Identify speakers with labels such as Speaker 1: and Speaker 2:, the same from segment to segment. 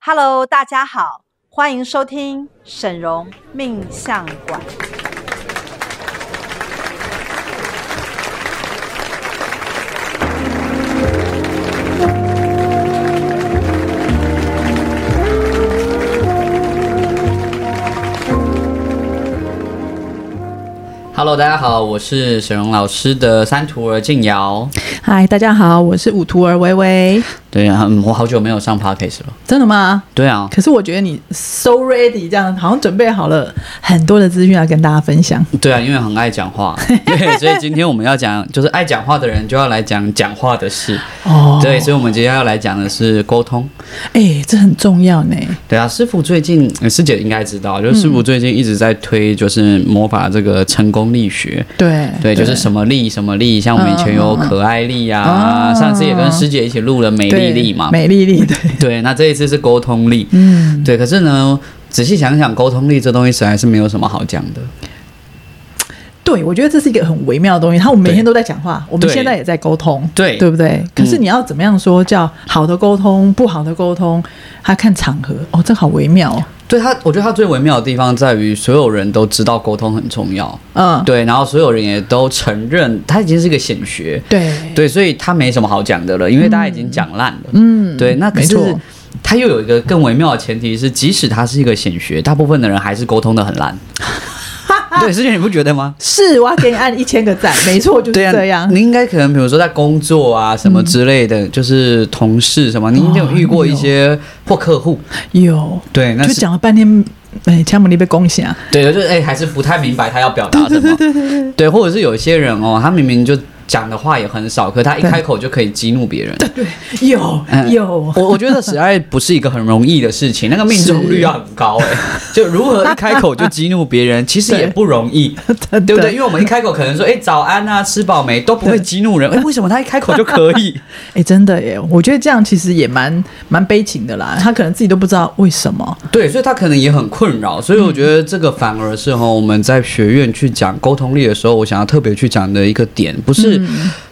Speaker 1: Hello，大家好，欢迎收听沈荣命相馆。
Speaker 2: Hello，大家好，我是沈荣老师的三徒儿静瑶。
Speaker 3: 嗨，大家好，我是五徒儿微微。
Speaker 2: 对啊，嗯我好久没有上 podcast 了。
Speaker 3: 真的吗？
Speaker 2: 对啊，
Speaker 3: 可是我觉得你 so ready 这样，好像准备好了很多的资讯要跟大家分享。
Speaker 2: 对啊，因为很爱讲话， 对，所以今天我们要讲，就是爱讲话的人就要来讲讲话的事。
Speaker 3: 哦
Speaker 2: 对，所以我们今天要来讲的是沟通。
Speaker 3: 哎、这很重要呢。
Speaker 2: 对啊，师傅最近，呃师姐应该知道，就是师傅最近一直在推，就是魔法这个成功力学。
Speaker 3: 对
Speaker 2: 对，嗯就是什么力什么力，像我们以前有可爱力啊，
Speaker 3: 嗯嗯嗯
Speaker 2: 上次也跟师姐一起录了美丽力嘛
Speaker 3: 对。美丽丽，对，
Speaker 2: 对，那这一次是沟通力。
Speaker 3: 嗯，
Speaker 2: 对，可是呢，仔细想想，沟通力这东西实在是没有什么好讲的。
Speaker 3: 对，我觉得这是一个很微妙的东西。然后我们每
Speaker 2: 对
Speaker 3: 天都在讲话，我们
Speaker 2: 对
Speaker 3: 现在也在沟通，
Speaker 2: 对嗯
Speaker 3: 对不对？可是你要怎么样说叫好的沟通，不好的沟通，还看场合哦，这好微妙哦。
Speaker 2: 对他，我觉得他最微妙的地方在于，所有人都知道沟通很重要，
Speaker 3: 嗯，
Speaker 2: 对，然后所有人也都承认，它已经是个显学，
Speaker 3: 对
Speaker 2: 对，所以他没什么好讲的了，因为大家已经讲烂了，
Speaker 3: 嗯
Speaker 2: 对，那可
Speaker 3: 没
Speaker 2: 是
Speaker 3: 错。
Speaker 2: 它又有一个更微妙的前提是，即使它是一个显学，大部分的人还是沟通的很 烂。对，师姐你不觉得吗？
Speaker 3: 是，我要给你按一千个赞，没错，就是
Speaker 2: 对啊，
Speaker 3: 这样。嗯
Speaker 2: 你应该可能比如说在工作啊什么之类的，就是同事什么，你一定有遇过一些或客户，
Speaker 3: 有，
Speaker 2: 对，那
Speaker 3: 嗯就是讲了半天，哎，枪姆利被攻下，
Speaker 2: 对，就是哎、还是不太明白他要表达什么，对或者是有一些人哦，他明明就讲的话也很少，可他一
Speaker 3: 对
Speaker 2: 开口就可以激怒别人。
Speaker 3: 有
Speaker 2: 嗯
Speaker 3: 有，
Speaker 2: 我我觉得实在不是一个很容易的事情，那个命中率要很高哎、就如何一开口就激怒别 人，其实也
Speaker 3: 对
Speaker 2: 不容易，
Speaker 3: 对
Speaker 2: 对不对？因？为我们一开口可能说哎、早安啊，吃饱没，都不会激 怒人，哎、为什么他一开口就可以？
Speaker 3: 哎，真的耶，我觉得这样其实也蛮蛮悲情的啦。他可能自己都不知道为什么。
Speaker 2: 对，所以他可能也很困扰，所以我觉得这个反而是哈，我们在学院去讲沟通力的时候，我想要特别去讲的一个点，不是、
Speaker 3: 嗯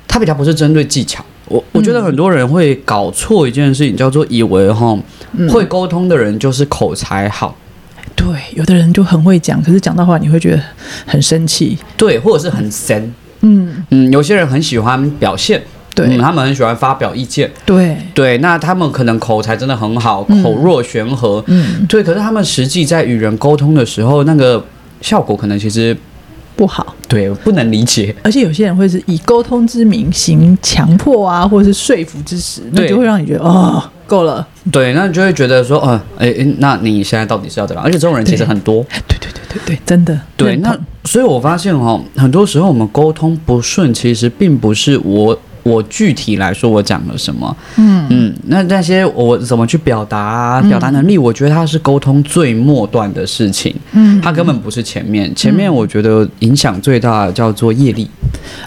Speaker 2: 它比较不是针对技巧。我我觉得很多人会搞错一件事情，叫做以为哈、
Speaker 3: 嗯
Speaker 2: 会沟通的人就是口才好，
Speaker 3: 对，有的人就很会讲，可是讲到话你会觉得很生气。
Speaker 2: 对，或者是很森。
Speaker 3: 嗯，
Speaker 2: 嗯，有些人很喜欢表现，
Speaker 3: 对
Speaker 2: 嗯他们很喜欢发表意见，
Speaker 3: 对，
Speaker 2: 对，那他们可能口才真的很好，口若悬河，
Speaker 3: 嗯，
Speaker 2: 对，可是他们实际在与人沟通的时候，那个效果可能其实
Speaker 3: 不好。
Speaker 2: 对不能理解。
Speaker 3: 而且有些人会是以沟通之名行强迫啊，或者是说服之实，那
Speaker 2: 对
Speaker 3: 就会让你觉得哦，够了。
Speaker 2: 对，那你就会觉得说，嗯、呃，哎、诶那你现在到底是要怎么样？而且这种人其实很多。
Speaker 3: 对对对对对，真的。
Speaker 2: 对，
Speaker 3: 认
Speaker 2: 那
Speaker 3: 同
Speaker 2: 所以我发现哦，很多时候我们沟通不顺，其实并不是我我具体来说我讲了什么，嗯嗯，那那些我怎么去表达、啊，表达能力，我觉得它是沟通最末端的事情，
Speaker 3: 嗯，
Speaker 2: 它根本不是前面，前面我觉得影响最大的叫做业力，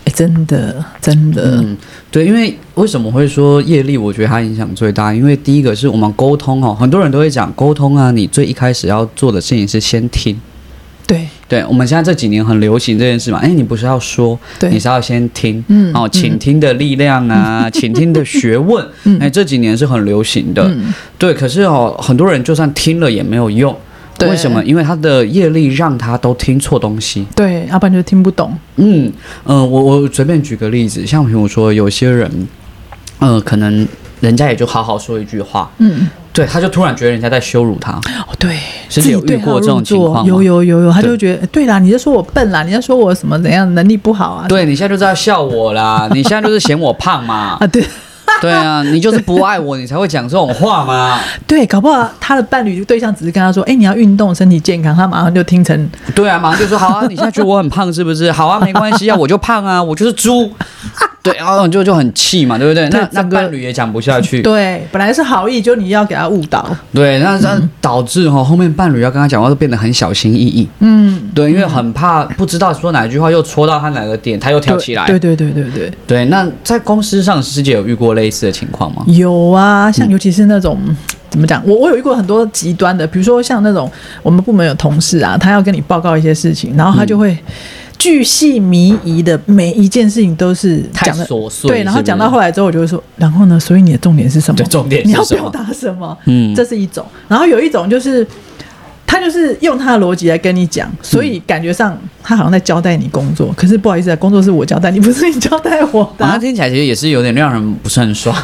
Speaker 3: 哎，真的真的，
Speaker 2: 嗯，对，因为为什么会说业力？我觉得它影响最大，因为第一个是我们沟通哦，很多人都会讲沟通啊，你最一开始要做的事情是先听。
Speaker 3: 对
Speaker 2: 对，我们现在这几年很流行这件事嘛，哎，你不是要说，
Speaker 3: 对，
Speaker 2: 你是要先听，
Speaker 3: 嗯
Speaker 2: 哦，倾听的力量 啊，倾听的学问，哎，这几年是很流行的，
Speaker 3: 嗯
Speaker 2: 对。可是哦，很多人就算听了也没有用，
Speaker 3: 对
Speaker 2: 为什么？因为他的业力让他都听错东西，
Speaker 3: 对，要不然就听不懂。
Speaker 2: 嗯嗯、呃我我随便举个例子，像比如说有些人，呃，可能人家也就好好说一句话，
Speaker 3: 嗯，
Speaker 2: 对，他就突然觉得人家在羞辱他，
Speaker 3: 哦，对，
Speaker 2: 师姐
Speaker 3: 自己
Speaker 2: 有
Speaker 3: 对
Speaker 2: 遇
Speaker 3: 号
Speaker 2: 过这
Speaker 3: 入
Speaker 2: 种情
Speaker 3: 座
Speaker 2: 况吗
Speaker 3: 有有有有，他
Speaker 2: 对
Speaker 3: 就会觉得，哎对啦，你在说我笨啦，你在说我什么怎样能力不好啊？
Speaker 2: 对你现在就是要笑我 啦，你现在就是嫌我胖嘛
Speaker 3: 啊，，对
Speaker 2: 对啊，你就是不爱我，你才会讲这种话嘛，
Speaker 3: 对，搞不好他的伴侣对象只是跟他说，哎，你要运动，身体健康，他马上就听成，
Speaker 2: 对啊，马上就说好啊，你现在觉得我很胖是不是？好啊，没关系啊，我就胖 啊，我就是猪，对，然后就就很气嘛，对不对？那
Speaker 3: 对
Speaker 2: 那
Speaker 3: 整个
Speaker 2: 伴侣也讲不下去，
Speaker 3: 对，本来是好意，就你要给他误导，
Speaker 2: 对，那那导致哈、后面伴侣要跟他讲话都变得很小心翼翼。
Speaker 3: 嗯，
Speaker 2: 对，因为很怕不知道说哪一句话又戳到他哪个点，他又跳起来。
Speaker 3: 对对对对对，对
Speaker 2: 对那在公司上，师姐有遇过类似的情况吗？嗯
Speaker 3: 有啊，像尤其是那种。怎么讲？我我有遇过很多极
Speaker 2: 嗯
Speaker 3: 端的，比如说像那种我们部门有同事啊，他要跟你报告一些事情，然后他就会巨细靡遗的每一件事情都是
Speaker 2: 太
Speaker 3: 讲的
Speaker 2: 琐碎
Speaker 3: 对，然后
Speaker 2: 是不是
Speaker 3: 讲到后来之后，我就会说，然后呢？所以你的重点是什么？
Speaker 2: 对重点是
Speaker 3: 你要
Speaker 2: 什么
Speaker 3: 表达什么？
Speaker 2: 嗯
Speaker 3: 这是一种。然后有一种就是，他就是用他的逻辑来跟你
Speaker 2: 嗯
Speaker 3: 讲，所以感觉上他好像在交代你工作，可是不好意思啊，工作是我交代你，不是你交代我的啊、
Speaker 2: 啊，听起来其实也是有点让人不是很 爽。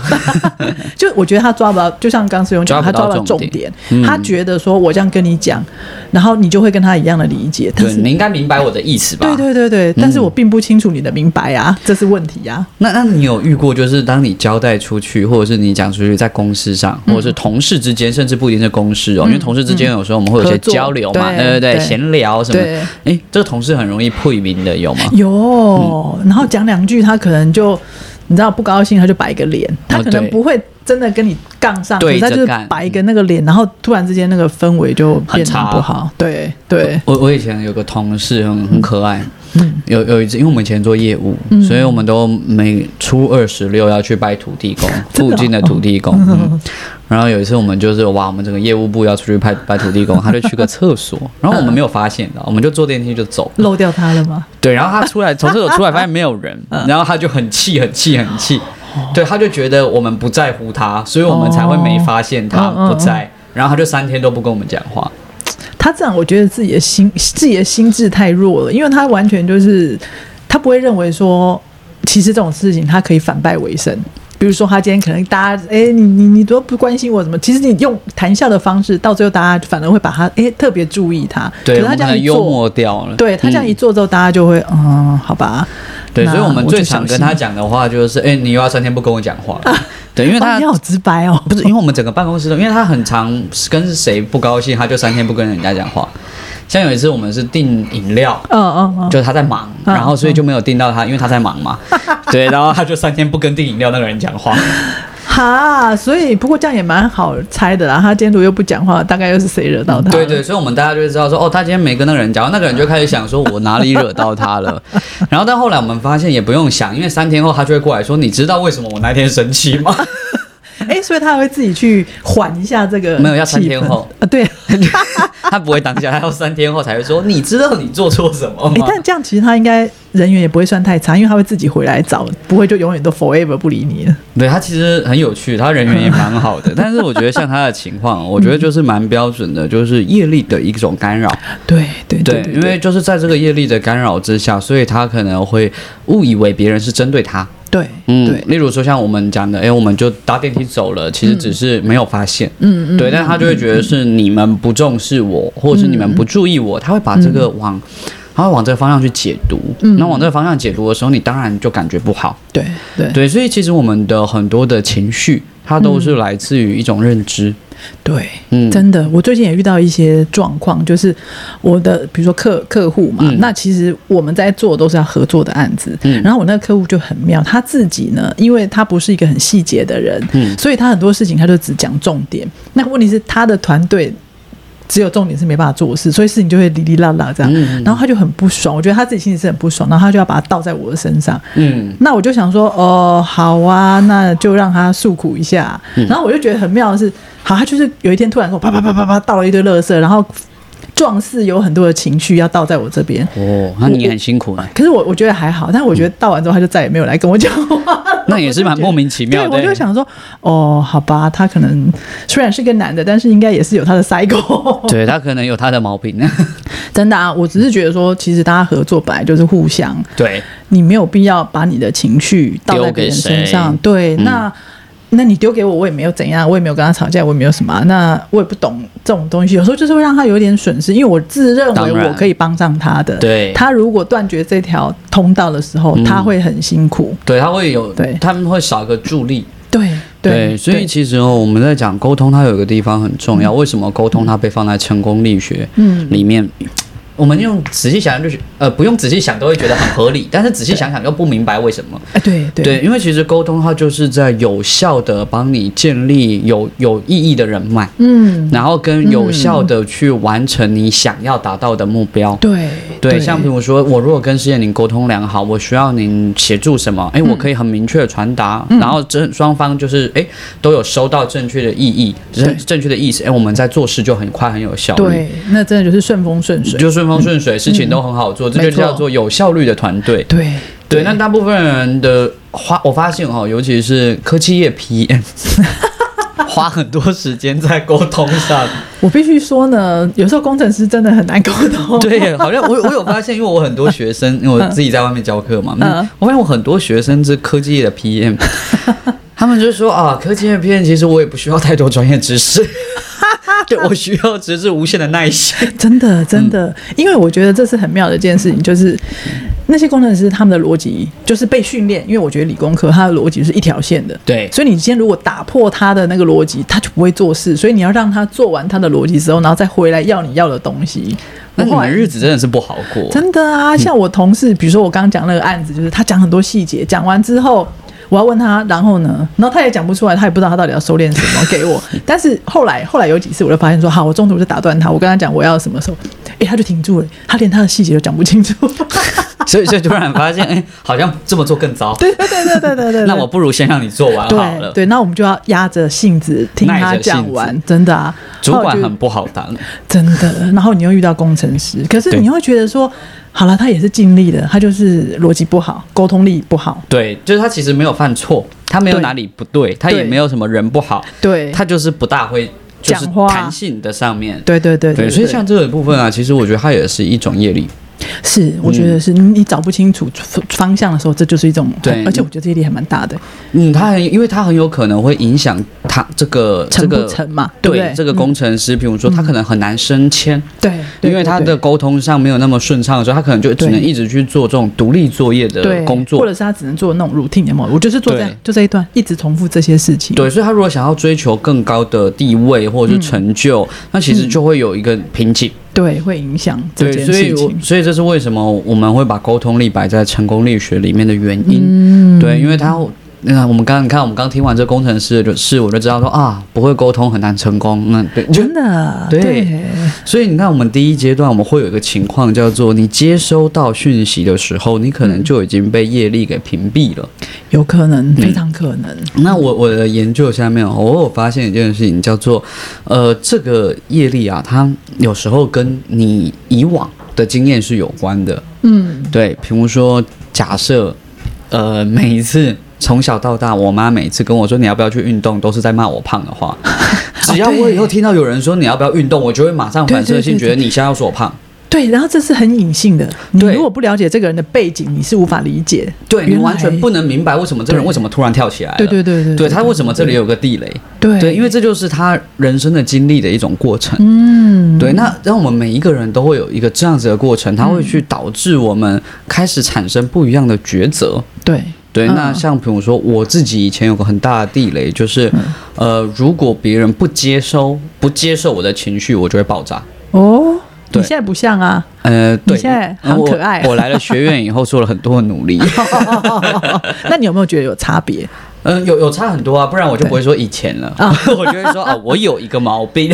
Speaker 3: 就我觉得他抓不到，就像刚师兄讲，
Speaker 2: 抓
Speaker 3: 他
Speaker 2: 不到
Speaker 3: 抓不到重
Speaker 2: 重
Speaker 3: 点
Speaker 2: 点，嗯
Speaker 3: 他觉得说我这样跟你讲，然后你就会跟他一样的理解，但
Speaker 2: 对，
Speaker 3: 是
Speaker 2: 你应该明白我的意思吧？
Speaker 3: 对对对对，
Speaker 2: 嗯
Speaker 3: 但是我并不清楚你的明白啊，这是问题啊。
Speaker 2: 那那你有遇过，就是当你交代出去，或者是你讲出去，在公司上，或者
Speaker 3: 嗯
Speaker 2: 是同事之间，甚至不一定是公事哦，因为同事之间有时候我们会有一些
Speaker 3: 嗯合作
Speaker 2: 交流嘛，
Speaker 3: 对
Speaker 2: 对对
Speaker 3: 对
Speaker 2: 对，闲聊什么
Speaker 3: 对
Speaker 2: 的。哎，这个同事很容易破名的，有吗？
Speaker 3: 有，
Speaker 2: 嗯
Speaker 3: 然后讲两句，他可能就你知道不高兴，他就摆个脸，他可能
Speaker 2: 对
Speaker 3: 不会真的跟你杠上，可
Speaker 2: 哦对
Speaker 3: 是他
Speaker 2: 着
Speaker 3: 就是
Speaker 2: 干
Speaker 3: 摆一个那个脸，然后突然之间那个氛围就变得
Speaker 2: 很差
Speaker 3: 不好。对对，
Speaker 2: 我我以前有个同事很很可爱，
Speaker 3: 嗯
Speaker 2: 有有一次，因为我们以前做业务，所以我们都每初二十六要去拜土地公，
Speaker 3: 哦
Speaker 2: 附近的土地公。嗯然后有一次我们就是哇，我们整个业务部要出去拜拜土地公，他就去个厕所，然后我们没有发现的，我们就坐电梯就走。
Speaker 3: 漏掉他了吗？
Speaker 2: 对，然后他出来从厕所出来发现没有人，
Speaker 3: 嗯
Speaker 2: 然后他就很气很气很气，对，他就觉得我们不在乎他，所以我们才会没发现他
Speaker 3: 哦哦
Speaker 2: 不在，然后他就三天都不跟我们讲话。
Speaker 3: 他这样，我觉得自己的心自己的心智太弱了，因为他完全就是他不会认为说，其实这种事情他可以反败为胜。比如说，他今天可能大家，哎、你你你都不关心我什么？其实你用谈笑的方式，到最后大家反而会把他，哎、特别注意他。
Speaker 2: 对，
Speaker 3: 可是
Speaker 2: 我
Speaker 3: 他
Speaker 2: 们
Speaker 3: 这
Speaker 2: 可
Speaker 3: 样
Speaker 2: 能
Speaker 3: 一
Speaker 2: 幽
Speaker 3: 做，
Speaker 2: 默掉了。
Speaker 3: 对他这样一
Speaker 2: 嗯
Speaker 3: 做之后，大家就会，嗯，好吧。
Speaker 2: 对，
Speaker 3: 那
Speaker 2: 所以我们
Speaker 3: 就
Speaker 2: 最
Speaker 3: 小
Speaker 2: 常跟
Speaker 3: 心
Speaker 2: 他，讲的话就是，哎、你又要三天不跟我讲话了。 对，因为
Speaker 3: 哦
Speaker 2: 他
Speaker 3: 你好直白哦，
Speaker 2: 不是因为我们整个办公室都，因为他很常跟谁不高兴，他就三天不跟人家讲话。像有一次我们是订饮料。
Speaker 3: 嗯嗯嗯，
Speaker 2: 就是他在忙，
Speaker 3: 嗯
Speaker 2: 然后所以就没有订到
Speaker 3: 啊
Speaker 2: 他，因为他在忙 嘛。对，然后他就三天不跟订饮料那个人讲话。
Speaker 3: 哈，所以不过这样也蛮好猜的啦。他今天如果又不讲话，大概又是谁惹到他了？
Speaker 2: 对对，所以我们大家就会知道说，哦，他今天没跟那个人讲话，那个人就开始想说，我哪里惹到他了。然后到后来我们发现也不用想，因为三天后他就会过来说，你知道为什么我那天生气吗？
Speaker 3: 哎、所以他还会自己去缓一下这个
Speaker 2: 没有要
Speaker 3: 气
Speaker 2: 三天
Speaker 3: 氛
Speaker 2: 后
Speaker 3: 啊，对，哎、
Speaker 2: 他不会当下，他要三天后才会说，你知道你做错什么吗？
Speaker 3: 哎但这样其实他应该人缘也不会算太差，因为他会自己回来找，不会就永远都 forever 不理你了。
Speaker 2: 对他其实很有趣，他人缘也蛮好 的，但是我觉得像他的情况，我觉得就是蛮标准的，就是业力的一种干扰。
Speaker 3: 对对
Speaker 2: 哎对，
Speaker 3: 对，
Speaker 2: 因为就是在这个业力的干扰之下，所以他可能会误以为别人是针对他。
Speaker 3: 对
Speaker 2: 嗯
Speaker 3: 对，
Speaker 2: 例如说像我们讲的，哎，我们就搭电梯走了，其实只是没有发现。
Speaker 3: 嗯嗯，
Speaker 2: 对，但他就会觉得是你们不重视我，或者是你们不注意我，他会把这个往，
Speaker 3: 嗯
Speaker 2: 他会往这个方向去解读。那往这个方向解读的时候，你当然就感觉不好。
Speaker 3: 对对
Speaker 2: 对，所以其实我们的很多的情绪，它都是来自于一种认知。
Speaker 3: 对，
Speaker 2: 嗯，
Speaker 3: 真的，我最近也遇到一些状况，就是我的比如说客客户嘛，
Speaker 2: 嗯
Speaker 3: 那其实我们在做都是要合作的案子，
Speaker 2: 嗯
Speaker 3: 然后我那个客户就很妙，他自己呢，因为他不是一个很细节的人，
Speaker 2: 嗯
Speaker 3: 所以他很多事情他就只讲重点。那问题是他的团队。只有重点是没办法做事，所以事情就会哩哩啦啦这样，
Speaker 2: 嗯
Speaker 3: 然后他就很不爽，我觉得他自己心里是很不爽，然后他就要把它倒在我的身上，
Speaker 2: 嗯，
Speaker 3: 那我就想说，哦，好啊，那就让他诉苦一下。然后我就觉得很妙的是，好，他就是有一天突然跟我啪啪啪啪啪倒了一堆垃圾，然后壮士有很多的情绪要倒在我这边。
Speaker 2: 哦，那你也很辛苦呢，
Speaker 3: 可是我我觉得还好，但我觉得倒完之后他就再也没有来跟我讲话了。
Speaker 2: 那也是蛮莫名其妙
Speaker 3: 对，
Speaker 2: 的。欸
Speaker 3: 我就想说，哦，好吧，他可能虽然是个男的，但是应该也是有他的 cycle。
Speaker 2: 对他可能有他的毛病。
Speaker 3: 真的啊，我只是觉得说，其实大家合作本来就是互相，
Speaker 2: 对，
Speaker 3: 你没有必要把你的情绪倒在
Speaker 2: 丢
Speaker 3: 别
Speaker 2: 给
Speaker 3: 人身
Speaker 2: 谁
Speaker 3: 上。对，
Speaker 2: 嗯
Speaker 3: 那那你丢给我，我也没有怎样，我也没有跟他吵架，我也没有什么啊、那我也不懂这种东西，有时候就是会让他有点损失，因为我自认
Speaker 2: 当
Speaker 3: 为
Speaker 2: 然
Speaker 3: 我可以帮上他的。
Speaker 2: 对
Speaker 3: 他如果断绝这条通道的时候，
Speaker 2: 嗯
Speaker 3: 他会很辛苦。
Speaker 2: 对他会有
Speaker 3: 对，
Speaker 2: 他们会少一个助力。
Speaker 3: 对对，
Speaker 2: 嗯所以
Speaker 3: 对
Speaker 2: 其实哦，我们在讲沟通，它有一个地方很重要。为什么沟通它被放在成功力学
Speaker 3: 嗯
Speaker 2: 里面？我们用仔细想，就是呃，不用仔细想都会觉得很合理，但是仔细想想又不明白为什么。
Speaker 3: 哎对对
Speaker 2: 对，因为其实沟通它就是在有效的帮你建立有有意义的人脉，
Speaker 3: 嗯
Speaker 2: 然后跟有效的去完成你想要达到的目标。
Speaker 3: 对
Speaker 2: 对，像比如说，我如果跟施燕宁沟通良好，我需要您协助什么？
Speaker 3: 嗯
Speaker 2: 哎，我可以很明确的传达，然后这双方就是哎都有收到正确的意义，只
Speaker 3: 对
Speaker 2: 是正确的意思，哎，我们在做事就很快很有效率，
Speaker 3: 对，那真的就是顺风顺水。
Speaker 2: 就顺风顺水，事情都很好做，这就
Speaker 3: 没错
Speaker 2: 叫做有效率的团队。
Speaker 3: 对
Speaker 2: 对，那大部分人的花，我发现哈、哦，尤其是科技业 PM，花很多时间在沟通上。
Speaker 3: 我必须说呢，有时候工程师真的很难沟 通。
Speaker 2: 对，好像我我有发现，因为我很多学生，因为
Speaker 3: 嗯
Speaker 2: 我自己在外面教课嘛，嗯我发现我很多学生是科技业的 PM，他们就说啊，科技业 PM 其实我也不需要太多专业知识， 对我需要只是无限的耐心。
Speaker 3: 真的，真
Speaker 2: 嗯
Speaker 3: 的，因为我觉得这是很妙的一件事情，就是那些工程师他们的逻辑就是被训练，因为我觉得理工科他的逻辑是一条线的，
Speaker 2: 对
Speaker 3: 所以你今天如果打破他的那个逻辑，他就不会做事，所以你要让他做完他的逻辑之后，然后再回来要你要的东西。
Speaker 2: 那你
Speaker 3: 我后来
Speaker 2: 们日子真的是不好过，
Speaker 3: 真的啊，像我同事，比如说我刚刚讲那个案子，就是他讲很多细节，讲完之后。我要问他，然后呢？然后他也讲不出来，他也不知道他到底要收敛什么 给我。但是后来，后来有几次我就发现说，好，我中途就打断他，我跟他讲我要什么时候，诶，他就停住了，他连他的细节都讲不清楚。
Speaker 2: 所以就突然发现，哎、好像这么做更糟。
Speaker 3: 对对对对对对对。
Speaker 2: 那我不如先让你做完好
Speaker 3: 对
Speaker 2: 了。
Speaker 3: 对，那我们就要压着性子听他讲
Speaker 2: 耐着
Speaker 3: 完
Speaker 2: 性，
Speaker 3: 真的啊。
Speaker 2: 主
Speaker 3: 后来
Speaker 2: 管
Speaker 3: 就
Speaker 2: 很不好当，
Speaker 3: 真的，然后你又遇到工程师，可是
Speaker 2: 对
Speaker 3: 你会觉得说，好了，他也是尽力的，他就是逻辑不好，沟通力不好，
Speaker 2: 对，就是他其实没有犯错，他没有
Speaker 3: 对
Speaker 2: 哪里不对，他也
Speaker 3: 对
Speaker 2: 没有什么人不好，
Speaker 3: 对，
Speaker 2: 他就是不大会，就是
Speaker 3: 讲话
Speaker 2: 弹性的上面。
Speaker 3: 对对对
Speaker 2: 对，所以像这个部分啊，其实我觉得它也是一种业力。
Speaker 3: 是，我觉得是你你找不清楚方向的时候，这就是一种很
Speaker 2: 嗯对
Speaker 3: 而且我觉得这一点还蛮大的，
Speaker 2: 嗯，它很，因为它很有可能会影响它这个这
Speaker 3: 成不
Speaker 2: 个
Speaker 3: 成嘛，对不
Speaker 2: 对
Speaker 3: 对？
Speaker 2: 这个工程师，比如说他可能很难升迁，
Speaker 3: 对，对
Speaker 2: 因为他
Speaker 3: 对
Speaker 2: 的沟通上没有那么顺畅的时候，他可能就只能
Speaker 3: 对
Speaker 2: 一直去做这种独立作业的
Speaker 3: 对
Speaker 2: 工作
Speaker 3: 或。者是他只能做那种 routine 有没有我就是做这样
Speaker 2: 对，
Speaker 3: 就这一段，一直重复这些事情，
Speaker 2: 对，所以他如果想要追求更高的地位或者
Speaker 3: 嗯
Speaker 2: 是成就，那其实就会有一个瓶颈。
Speaker 3: 对，会影响这
Speaker 2: 对，
Speaker 3: 件
Speaker 2: 所以
Speaker 3: 事
Speaker 2: 我
Speaker 3: 情，
Speaker 2: 所以这是为什么我们会把沟通力摆在成功力学里面的原因。
Speaker 3: 嗯
Speaker 2: 对，因为他那我们刚你看，我们刚听完这工程师的事，我就知道说啊，不会沟通很难成功。那对，就
Speaker 3: 真的
Speaker 2: 对
Speaker 3: 对
Speaker 2: 所以你看，我们第一阶段我们会有一个情况叫做，你接收到讯息的时候，你可
Speaker 3: 嗯
Speaker 2: 能就已经被业力给屏蔽了。
Speaker 3: 有可
Speaker 2: 嗯
Speaker 3: 能，非常可能，
Speaker 2: 那我我的研究下面哦，我有发现一件事情，叫做，呃，这个业力啊，它有时候跟你以往的经验是有关的。
Speaker 3: 嗯，
Speaker 2: 对，比如说假设，呃，每一次从小到大，我妈每次跟我说你要不要去运动，都是在骂我胖的 话。
Speaker 3: 哦
Speaker 2: 只要我以后听到有人说你要不要运动，我就会马上反射性
Speaker 3: 对对对对
Speaker 2: 觉得你现在要说我胖。
Speaker 3: 对，然后这是很隐性的，你
Speaker 2: 对
Speaker 3: 如果不了解这个人的背景，你是无法理解，
Speaker 2: 对你
Speaker 3: 原来
Speaker 2: 完全不能明白为什么这个人
Speaker 3: 对
Speaker 2: 为什么突然跳起来了
Speaker 3: 对对对对
Speaker 2: 对他为什么这里有个地雷？
Speaker 3: 对
Speaker 2: 对，因为这就是他人生的经历的一种过程。
Speaker 3: 嗯，
Speaker 2: 对，那让我们每一个人都会有一个这样子的过程，它
Speaker 3: 嗯
Speaker 2: 会去导致我们开始产生不一样的抉择。
Speaker 3: 对
Speaker 2: 对，
Speaker 3: 嗯
Speaker 2: 那像比如说我自己以前有个很大的地雷，就是，呃，如果别人不接收不接受我的情绪，我就会爆炸。
Speaker 3: 哦，
Speaker 2: 对
Speaker 3: 你现在不 像啊，
Speaker 2: 呃，对，
Speaker 3: 现在很
Speaker 2: 我
Speaker 3: 可爱
Speaker 2: 我来了学院以后做了很多的努 力，
Speaker 3: 那你有没有觉得有差别？
Speaker 2: 嗯，有有差很多啊，不然我就不会说以前了，我就会说 啊，我有一个毛 病。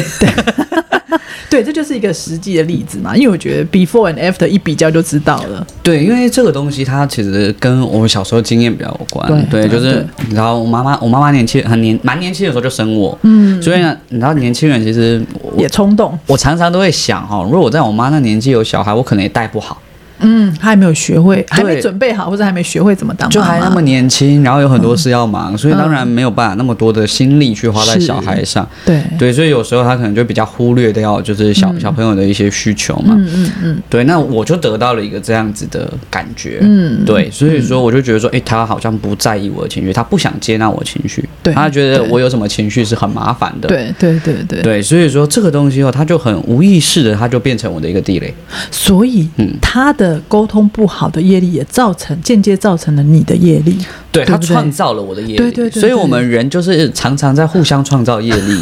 Speaker 3: 对，这就是一个实际的例子嘛，因为我觉得 before and after 一比较就知道了。
Speaker 2: 对，因为这个东西它其实跟我们小时候经验比较有关。
Speaker 3: 对对
Speaker 2: 就是你知道，我妈妈，我妈妈年轻很年蛮年轻的时候就生我，嗯，所以呢，你知道年轻人其实我
Speaker 3: 也冲动，
Speaker 2: 我常常都会想哈、哦，如果我在我妈那年纪有小孩，我可能也带不好，
Speaker 3: 嗯，他还没有学会，还
Speaker 2: 对
Speaker 3: 没准备好，或者还没学会怎么当妈妈，
Speaker 2: 就还那么年轻，然后有很多事要忙，所以当然没有办法那么多的心力去花在小孩上。
Speaker 3: 对，
Speaker 2: 对，所以有时候他可能就比较忽略掉，就是小、小朋友的一些需求嘛。
Speaker 3: 嗯嗯嗯，
Speaker 2: 对，那我就得到了一个这样子的感觉。嗯，对，所以说我就觉得说，诶，他好像不在意我的情绪，他不想接纳我的情绪，
Speaker 3: 对
Speaker 2: 他觉得
Speaker 3: 对
Speaker 2: 我有什么情绪是很麻烦的。。
Speaker 3: 对对对对，
Speaker 2: 对，所以说这个东西哦，他就很无意识的，他就变成我的一个地雷。
Speaker 3: 所以、
Speaker 2: 嗯
Speaker 3: 他的沟通不好的业力也造成间接造成了你的业力，
Speaker 2: 对
Speaker 3: 对
Speaker 2: 他
Speaker 3: 不对
Speaker 2: 创造了我的业力，
Speaker 3: 对对对
Speaker 2: 所以
Speaker 3: 对
Speaker 2: 我们人就是常常在互相创造业力，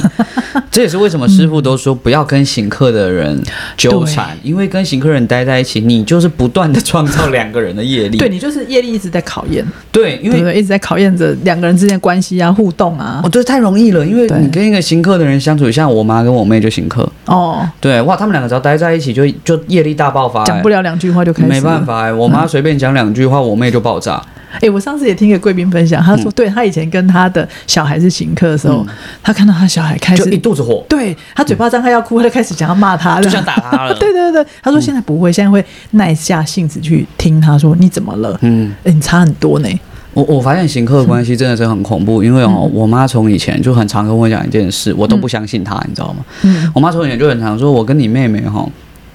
Speaker 2: 这也是为什么师傅都
Speaker 3: 嗯
Speaker 2: 说不要跟行客的人纠缠，因为跟行客人待在一起，你就是不断的创造两个人的业力。
Speaker 3: 对你就是业力一直在考验，
Speaker 2: 对，因
Speaker 3: 对不
Speaker 2: 为
Speaker 3: 对？一直在考验着两个人之间的关系啊、互动啊
Speaker 2: 我，觉得太容易了，因为
Speaker 3: 对
Speaker 2: 你跟一个行客的人相处，像我妈跟我妹哎就行客，
Speaker 3: 哦，
Speaker 2: 对，哇，他们两个只要待在一起就就业力大爆发、
Speaker 3: 讲不
Speaker 2: 了。
Speaker 3: 了两句话就开始，
Speaker 2: 没办，法、哎，我妈随便讲两句话，我妹就爆炸。
Speaker 3: 哎，我上次也听一个贵宾分享，他说，
Speaker 2: 嗯
Speaker 3: 对他以前跟他的小孩是行客的时候，他看到他小孩开
Speaker 2: 就
Speaker 3: 始
Speaker 2: 一肚子火，
Speaker 3: 对他嘴巴张开要哭，他就开始想要骂他了，
Speaker 2: 就想打他了 嗯
Speaker 3: 对对对，他说现在不会，现在会耐下性子去听他说你怎么了？
Speaker 2: 嗯，
Speaker 3: 哎，你差很多呢。
Speaker 2: 我我发现行客的关
Speaker 3: 嗯
Speaker 2: 系真的是很恐怖，因为哦，我妈从以前就很常跟我讲一件事，我都不相信她，你知道吗？
Speaker 3: 嗯
Speaker 2: 我妈从以前就很常说，我跟你妹妹哈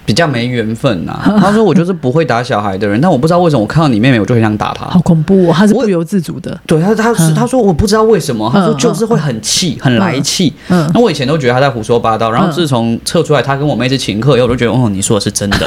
Speaker 2: 比较没缘分 呐、她说我就是不会打小孩的人，但我不知道为什么我看到你妹妹我就很想打她
Speaker 3: 好。恐怖哦，他是
Speaker 2: 我
Speaker 3: 不由自主的。
Speaker 2: 对她，她是她说我不知道为什么，她说
Speaker 3: 嗯
Speaker 2: 就是会很气，很来气。
Speaker 3: 嗯
Speaker 2: 那我以前都觉得她在胡说八道，然后
Speaker 3: 嗯
Speaker 2: 自从测出来她跟我妹是情客以后，我就觉得哦，你说的是真 的。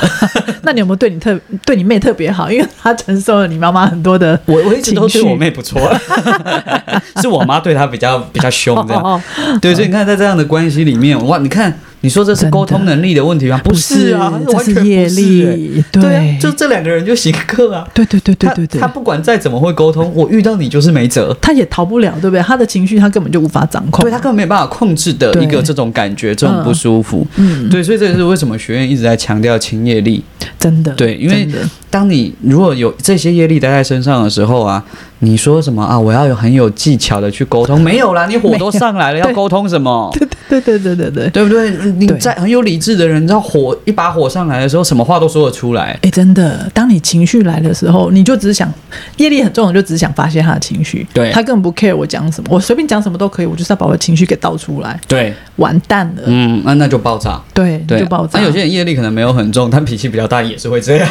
Speaker 3: 那你有没有对你特对你妹特别好？因为她承受了你妈妈很多的
Speaker 2: 我我一直都
Speaker 3: 情
Speaker 2: 对
Speaker 3: 绪
Speaker 2: 我妹不错，啊 是我妈对她比较比较凶这样。
Speaker 3: 哦
Speaker 2: 对，所以你看，在这样的关系里面，哇，你看，你说这是沟通能力的问题吗？不是啊，
Speaker 3: 这
Speaker 2: 完全
Speaker 3: 是
Speaker 2: 不
Speaker 3: 业
Speaker 2: 欸
Speaker 3: 力，
Speaker 2: 对啊，就这两个人就行客啊。
Speaker 3: 对对对对
Speaker 2: 他
Speaker 3: 对对，
Speaker 2: 他不管再怎么会沟通，我遇到你就是没辙。
Speaker 3: 他也逃不了，对不对？他的情绪他根本就无法掌控。
Speaker 2: 对他根本没办法控制的一个这种感觉，这种不舒服。
Speaker 3: 嗯，
Speaker 2: 对，所以这也是为什么学院一直在强调亲业力。
Speaker 3: 真的，
Speaker 2: 对因为
Speaker 3: 嗯真的
Speaker 2: 当你如果有这些业力待在身上的时候啊，你说什么啊？我要有很有技巧的去 沟通，没有啦，你火都上来了，要
Speaker 3: 对
Speaker 2: 沟通什么？
Speaker 3: 对对对对对，
Speaker 2: 对不对？你
Speaker 3: 对
Speaker 2: 在很有理智的人，你知道火一把火上来的时候，什么话都说得出来。
Speaker 3: 哎，真的，当你情绪来的时候，你就只想业力很重，你就只想发泄他的情绪，
Speaker 2: 对
Speaker 3: 他根本不 care 我讲什么，我随便讲什么都可以，我就是要把我的情绪给倒出来，
Speaker 2: 对，
Speaker 3: 完蛋了，
Speaker 2: 嗯，那那就爆炸，
Speaker 3: 对，
Speaker 2: 对，啊
Speaker 3: 就爆炸。
Speaker 2: 那有些人业力可能没有很重，但脾气比较大，也是会这 样。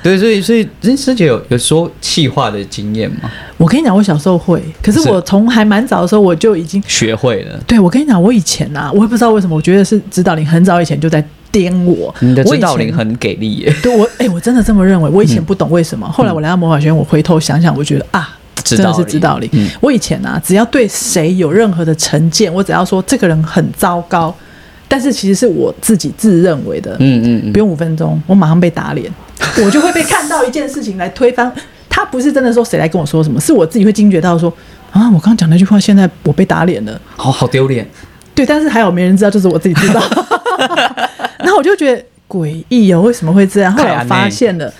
Speaker 2: 对，所以所以这师姐有有说气话的经验吗？
Speaker 3: 我跟你讲，我小时候会，可是
Speaker 2: 是
Speaker 3: 我从还蛮早的时候我就已经
Speaker 2: 学会了，
Speaker 3: 对，我跟你讲，我以前啊，我也不知道为什么，我觉得是指导灵很早以前就在颠我。
Speaker 2: 你的
Speaker 3: 我
Speaker 2: 指
Speaker 3: 以
Speaker 2: 导
Speaker 3: 前
Speaker 2: 灵很给力耶，
Speaker 3: 对我，哎、我真的这么认为。我以
Speaker 2: 嗯
Speaker 3: 前不懂为什么，后来我来到魔法学院，我回头想想，我觉得啊，
Speaker 2: 指
Speaker 3: 真
Speaker 2: 导
Speaker 3: 的是
Speaker 2: 灵
Speaker 3: 指导灵。
Speaker 2: 嗯
Speaker 3: 我以前啊，只要对谁有任何的成见，我只要说这个人很糟糕，但是其实是我自己自认为的，
Speaker 2: 嗯嗯嗯，
Speaker 3: 不用五分钟，我马上被打脸，我就会被看到一件事情来推翻。他不是真的说谁来跟我说什么，是我自己会惊觉到说啊，我刚刚讲那句话，现在我被打脸了。
Speaker 2: 哦好好丢脸。
Speaker 3: 对，但是还有没人知道，就是我自 己知道。然后我就觉得诡异哦，为什么会这样？后来我发现了，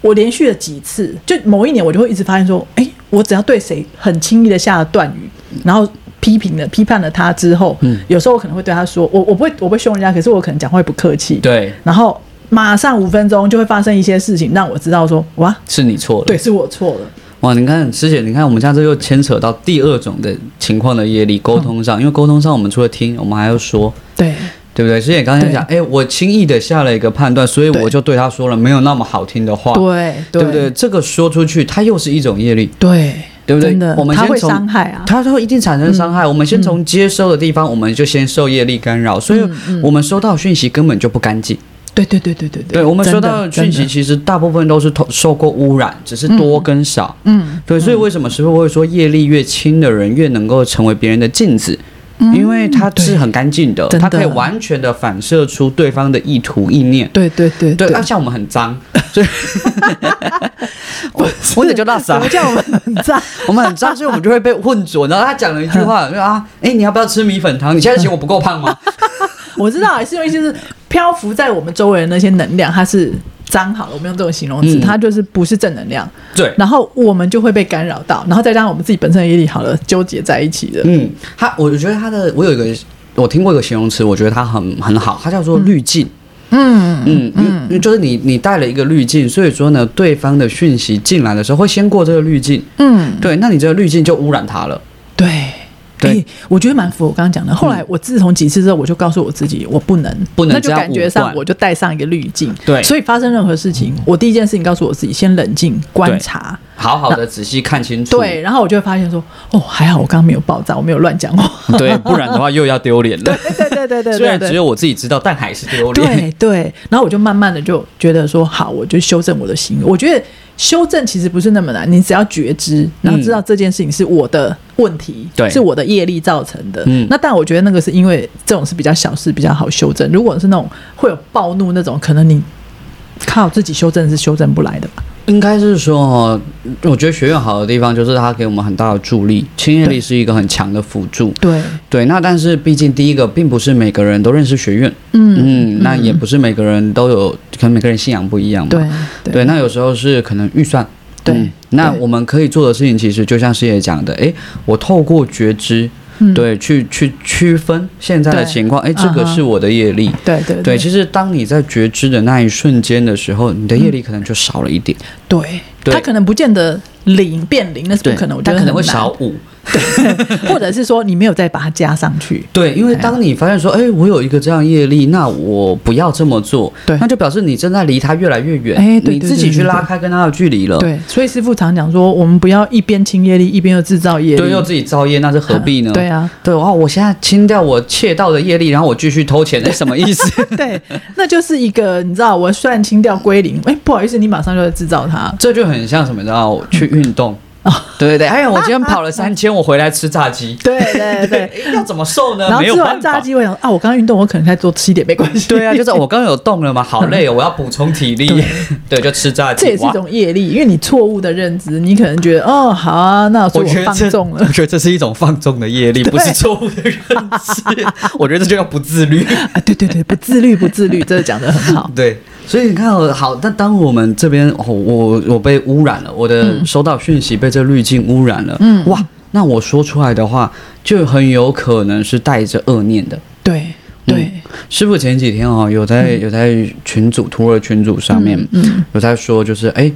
Speaker 3: 我连续了几次，就某一年我就会一直发现说，哎，我只要对谁很轻易的下了断语，然后批评了、批判了他之后，
Speaker 2: 嗯
Speaker 3: 有时候我可能会对他说，我我不会我不会凶人家，可是我可能讲话会不客气，，
Speaker 2: 对，
Speaker 3: 然后马上五分钟就会发生一些事情，让我知道说，哇，
Speaker 2: 是你错了。
Speaker 3: 对，，是我错了，
Speaker 2: 哇，你看师姐，你看我们现在这又牵扯到第二种的情况的业力沟通上，因为沟通上我们除了听，我们还要说。
Speaker 3: 对
Speaker 2: 对不对？师姐刚才讲，哎，我轻易的下了一个判断，所以
Speaker 3: 对
Speaker 2: 我就对他说了没有那么好听的话，
Speaker 3: 对
Speaker 2: 对不对？这个说出去，它又是一种业力，
Speaker 3: 对
Speaker 2: 对不对
Speaker 3: 真？的，
Speaker 2: 我们
Speaker 3: 他
Speaker 2: 先
Speaker 3: 会
Speaker 2: 从
Speaker 3: 伤害啊，
Speaker 2: 它
Speaker 3: 嗯
Speaker 2: 会一定产生伤害。我们先从接收的地方，我们就先受业力干扰，所
Speaker 3: 嗯
Speaker 2: 以我们收到讯息根本就不干净。
Speaker 3: 对对对对对
Speaker 2: 对我们
Speaker 3: 真
Speaker 2: 收
Speaker 3: 的
Speaker 2: 到的讯
Speaker 3: 真
Speaker 2: 息，
Speaker 3: 的
Speaker 2: 其实大部分都是透受过污染，只是多跟少。
Speaker 3: 嗯。
Speaker 2: 对，所以为什么师傅会说业力越轻的人越能够成为别人的镜子？因为他是很干净的，
Speaker 3: 真
Speaker 2: 他
Speaker 3: 的
Speaker 2: 可以完全的反射出对方的意图意念。
Speaker 3: 对对对
Speaker 2: 对，啊，像我们很脏，所以我 我得就辣死
Speaker 3: 什
Speaker 2: 啊
Speaker 3: 么！叫我们很脏？
Speaker 2: 我们很脏，所以我们就会被混浊。然后他讲了一句话，就啊，哎，你要不要吃米粉汤？你现在嫌我不够胖吗？
Speaker 3: 我知道，还是因为就是漂浮在我们周围的那些能量，它是脏好了，我们用这种形容词，
Speaker 2: 嗯
Speaker 3: 它就是不是正能量，
Speaker 2: 对，
Speaker 3: 然后我们就会被干扰到，然后再加上我们自己本身的业力好了，纠结在一起的。
Speaker 2: 嗯，他我觉得他的，我有一个，我听过一个形容词，我觉得它很很好，它叫做滤镜。
Speaker 3: 嗯，
Speaker 2: 嗯嗯，因为就是你你带了一个滤镜，所以说呢，对方的讯息进来的时候会先过这个滤镜，
Speaker 3: 嗯，
Speaker 2: 对，那你这个滤镜就污染它了。
Speaker 3: 对。
Speaker 2: 对
Speaker 3: 诶我觉得蛮符合我刚刚讲的。后来我自从几次之后，我就告诉我自己，我不能，
Speaker 2: 不能
Speaker 3: 那就
Speaker 2: 这样
Speaker 3: 感觉
Speaker 2: 武
Speaker 3: 上
Speaker 2: 断
Speaker 3: 我就带上一个滤镜。
Speaker 2: 对
Speaker 3: 所以发生任何事情，我第一件事情告诉我自己，先冷静观察，
Speaker 2: 好好的仔细看清楚，
Speaker 3: 对，然后我就会发现说，哦，还好我刚刚没有爆炸，我没有乱讲 话。
Speaker 2: 对，不然的话又要丢脸了。
Speaker 3: 对对对对
Speaker 2: 虽
Speaker 3: 对
Speaker 2: 然只
Speaker 3: 对。
Speaker 2: 有我自己知道，但还是丢脸。
Speaker 3: 对对，然后我就慢慢的就觉得说，好，我就修正我的行为。我觉得修正其实不是那么难，你只要觉知，然后知道这件事情是我的问题，
Speaker 2: 对
Speaker 3: 是我的业力造成的。
Speaker 2: 嗯
Speaker 3: 那但我觉得那个是因为这种是比较小事，比较好修正。如果是那种会有暴怒那种，可能你靠自己修正是修正不来的吧。
Speaker 2: 应该是说，哦，我觉得学院好的地方就是它给我们很大的助力，亲业力
Speaker 3: 对
Speaker 2: 是一个很强的辅助。
Speaker 3: 对，
Speaker 2: 对，那但是毕竟第一个，并不是每个人都认识学院，
Speaker 3: 嗯，
Speaker 2: 嗯，那也不是每个人都有，可能每个人信仰不一样嘛。
Speaker 3: 对
Speaker 2: 对，那有时候是可能预算。
Speaker 3: 对，
Speaker 2: 嗯那
Speaker 3: 对
Speaker 2: 我们可以做的事情，其实就像师姐讲的，诶，我透过觉知，
Speaker 3: 嗯
Speaker 2: 对，去去区分现在的
Speaker 3: 对
Speaker 2: 情况，诶，这个
Speaker 3: 嗯哼
Speaker 2: 是我的业力。
Speaker 3: 对对
Speaker 2: 对，
Speaker 3: 对
Speaker 2: 其实当你在觉知的那一瞬间的时候，你的
Speaker 3: 嗯
Speaker 2: 业力可能就少了一点，
Speaker 3: 对，
Speaker 2: 对
Speaker 3: 他可能不见得零变零，那是
Speaker 2: 对，
Speaker 3: 不可能，我觉
Speaker 2: 它
Speaker 3: 得
Speaker 2: 可能
Speaker 3: 很
Speaker 2: 会
Speaker 3: 难
Speaker 2: 少，五。
Speaker 3: 或者是说你没有再把它加上去，
Speaker 2: 对，因为当你发现说，诶，哎我有一个这样业力，那我不要这么做，
Speaker 3: 对
Speaker 2: 那就表示你正在离它越来越远，
Speaker 3: 诶对
Speaker 2: 你
Speaker 3: 对
Speaker 2: 自己
Speaker 3: 对
Speaker 2: 去
Speaker 3: 对
Speaker 2: 拉
Speaker 3: 对
Speaker 2: 开跟它的距离了。
Speaker 3: 对，所以师傅常讲说，我们不要一边清业力，一边又制造业力，
Speaker 2: 对，又自己造业，那是何必呢？
Speaker 3: 对啊，
Speaker 2: 对，哇！我现在清掉我窃盗的业力，然后我继续偷 钱，那哎什么意思？
Speaker 3: 对，那就是一个你知道，我虽然清掉归零，哎，不好意思，你马上就在制造它，
Speaker 2: 这就很像什么？你知道，我去运动，
Speaker 3: 哦
Speaker 2: 对对对。哎呀，我今天跑了三千，我回来吃炸鸡，
Speaker 3: 对对 对。
Speaker 2: 对，要怎么瘦呢？
Speaker 3: 然后
Speaker 2: 呃没有
Speaker 3: 吃完
Speaker 2: 办
Speaker 3: 炸
Speaker 2: 法。
Speaker 3: 鸡，我想啊，我刚刚运动，我可能再多吃一点没 关系。
Speaker 2: 对啊，就是我刚刚有动了嘛，好累哦，我要补充 体力， 对，就吃炸鸡。
Speaker 3: 这也是一
Speaker 2: 哇
Speaker 3: 种业力，因为你错误的认知，你可能觉得哦，好啊，那所
Speaker 2: 我
Speaker 3: 以
Speaker 2: 觉
Speaker 3: 我
Speaker 2: 得
Speaker 3: 放
Speaker 2: 这，
Speaker 3: 纵
Speaker 2: 我
Speaker 3: 了。
Speaker 2: 觉得这是一种放纵的业力，不是
Speaker 3: 对
Speaker 2: 错误的认知。我觉得这就叫不自 律。
Speaker 3: 啊，对对对，不自律，不自律，这讲的很好。
Speaker 2: 对，所以你看哦，好，那当我们这边哦，我我被污染了，我
Speaker 3: 嗯
Speaker 2: 的收到讯息被这滤镜污染了，嗯，哇，那我说出来的话就很有可能是带着恶念的。
Speaker 3: 对
Speaker 2: 嗯
Speaker 3: 对，
Speaker 2: 师傅前几天哦，有在有在群组徒儿群组上面，
Speaker 3: 嗯，
Speaker 2: 有在说，就是哎。